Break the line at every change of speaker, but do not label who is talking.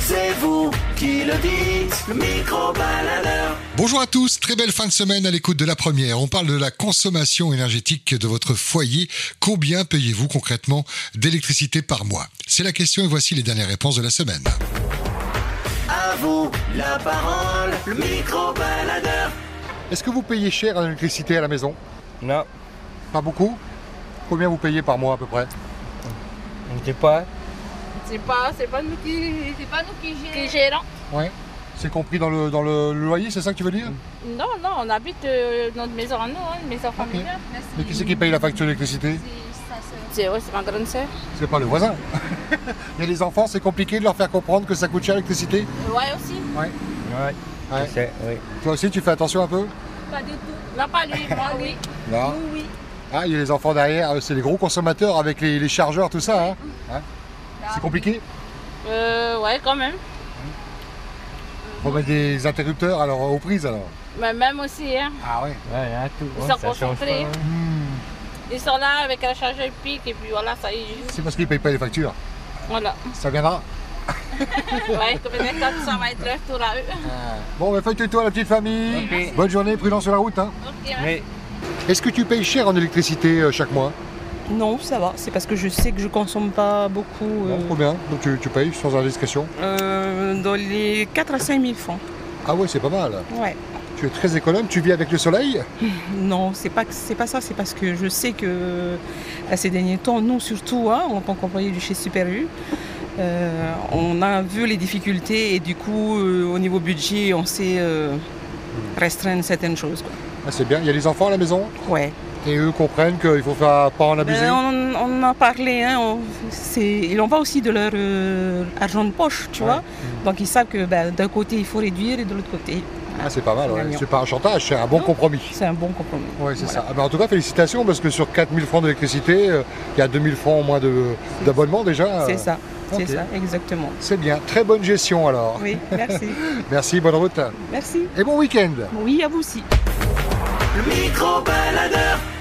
c'est vous qui le dites, le micro-baladeur.
Bonjour à tous, très belle fin de semaine à l'écoute de la première. On parle de la consommation énergétique de votre foyer. Combien payez-vous concrètement d'électricité par mois C'est la question et voici les dernières réponses de la semaine.
À vous la parole, le micro-baladeur.
Est-ce que vous payez cher à l'électricité à la maison
Non,
Pas beaucoup Combien vous payez par mois à peu près
on ne sait pas.
C'est pas, c'est pas nous qui,
C'est pas nous qui gérons.
qui gérons.
Ouais. C'est compris dans le, dans le loyer, c'est ça que tu veux dire
Non, non, on habite euh, notre maison à nous, hein, une maison familiale.
Là, c'est-
Mais qui c'est qui paye la facture d'électricité
c'est sa sœur.
C'est ouais, c'est ma grande sœur.
C'est pas le voisin. Mais les enfants, c'est compliqué de leur faire comprendre que ça coûte cher l'électricité.
Ouais aussi.
Ouais,
Ouais.
je sais, oui.
Toi aussi, tu fais attention un peu
Pas du tout.
Non, pas lui, moi oui.
Non.
Nous, oui.
Ah, il y a les enfants derrière, euh, c'est les gros consommateurs avec les, les chargeurs, tout ça. hein.
Mm.
Hein
Bah
c'est compliqué.
Euh, ouais, quand même.
Faut mettre des interrupteurs alors euh, aux prises alors.
Mais même aussi, hein.
Ah ouais.
Ouais, là, tout.
Ils
ouais,
sont
ça change pas,
concentrés.
hein.
Ils sont là avec la chargeur pique et puis voilà, ça y est.
C'est parce qu'ils payent pas les factures.
Voilà.
Ça viendra.
Ouais, comme les quatre, ça va être leur tour à eux.
Bon, ben feuille-toi la petite famille.
Ok.
Bonne journée, prudent sur la route. hein.
Ok, merci.
Mais
Est-ce que tu payes cher en électricité euh, chaque mois
Non, ça va. C'est parce que je sais que je consomme pas beaucoup. euh,
Non, Combien Donc tu, tu payes sans indiscrétion.
euh, dans les 4 à 5 000 francs.
Ah ouais, c'est pas mal.
Ouais.
Tu es très économe, tu vis avec le soleil.
Non, c'est pas, que- c'est pas ça. C'est parce que je sais que à ces derniers temps, nous surtout, hein, en tant qu'employés du chez Super U, euh, on a vu les difficultés et du coup, euh, au niveau budget, on s'est euh, restreint certaines choses. quoi.
Ah, c'est bien, il y a les enfants à la maison
Ouais.
et eux comprennent qu'il faut faire pas en abuser.
Ben, on, on en a parlé, hein, on, c'est- il en va aussi de leur euh, argent de poche, tu
Ouais.
vois. Donc ils savent que ben, d'un côté il faut réduire et de l'autre côté
Ah, c'est pas mal,
C'est
ouais.
mignon.
c'est pas un chantage, c'est un bon
Non.
compromis.
c'est un bon compromis.
Oui, c'est ça. Ah ben, en tout cas, félicitations parce que sur 4000 francs d'électricité, euh, il y a 2000 francs au moins de- d'abonnement déjà.
C'est
Euh,
ça,
ok.
c'est ça, exactement.
C'est bien. Très bonne gestion alors.
Oui, merci.
Merci, bonne route
merci.
et bon week-end.
Oui, à vous aussi.
Le micro-baladeur.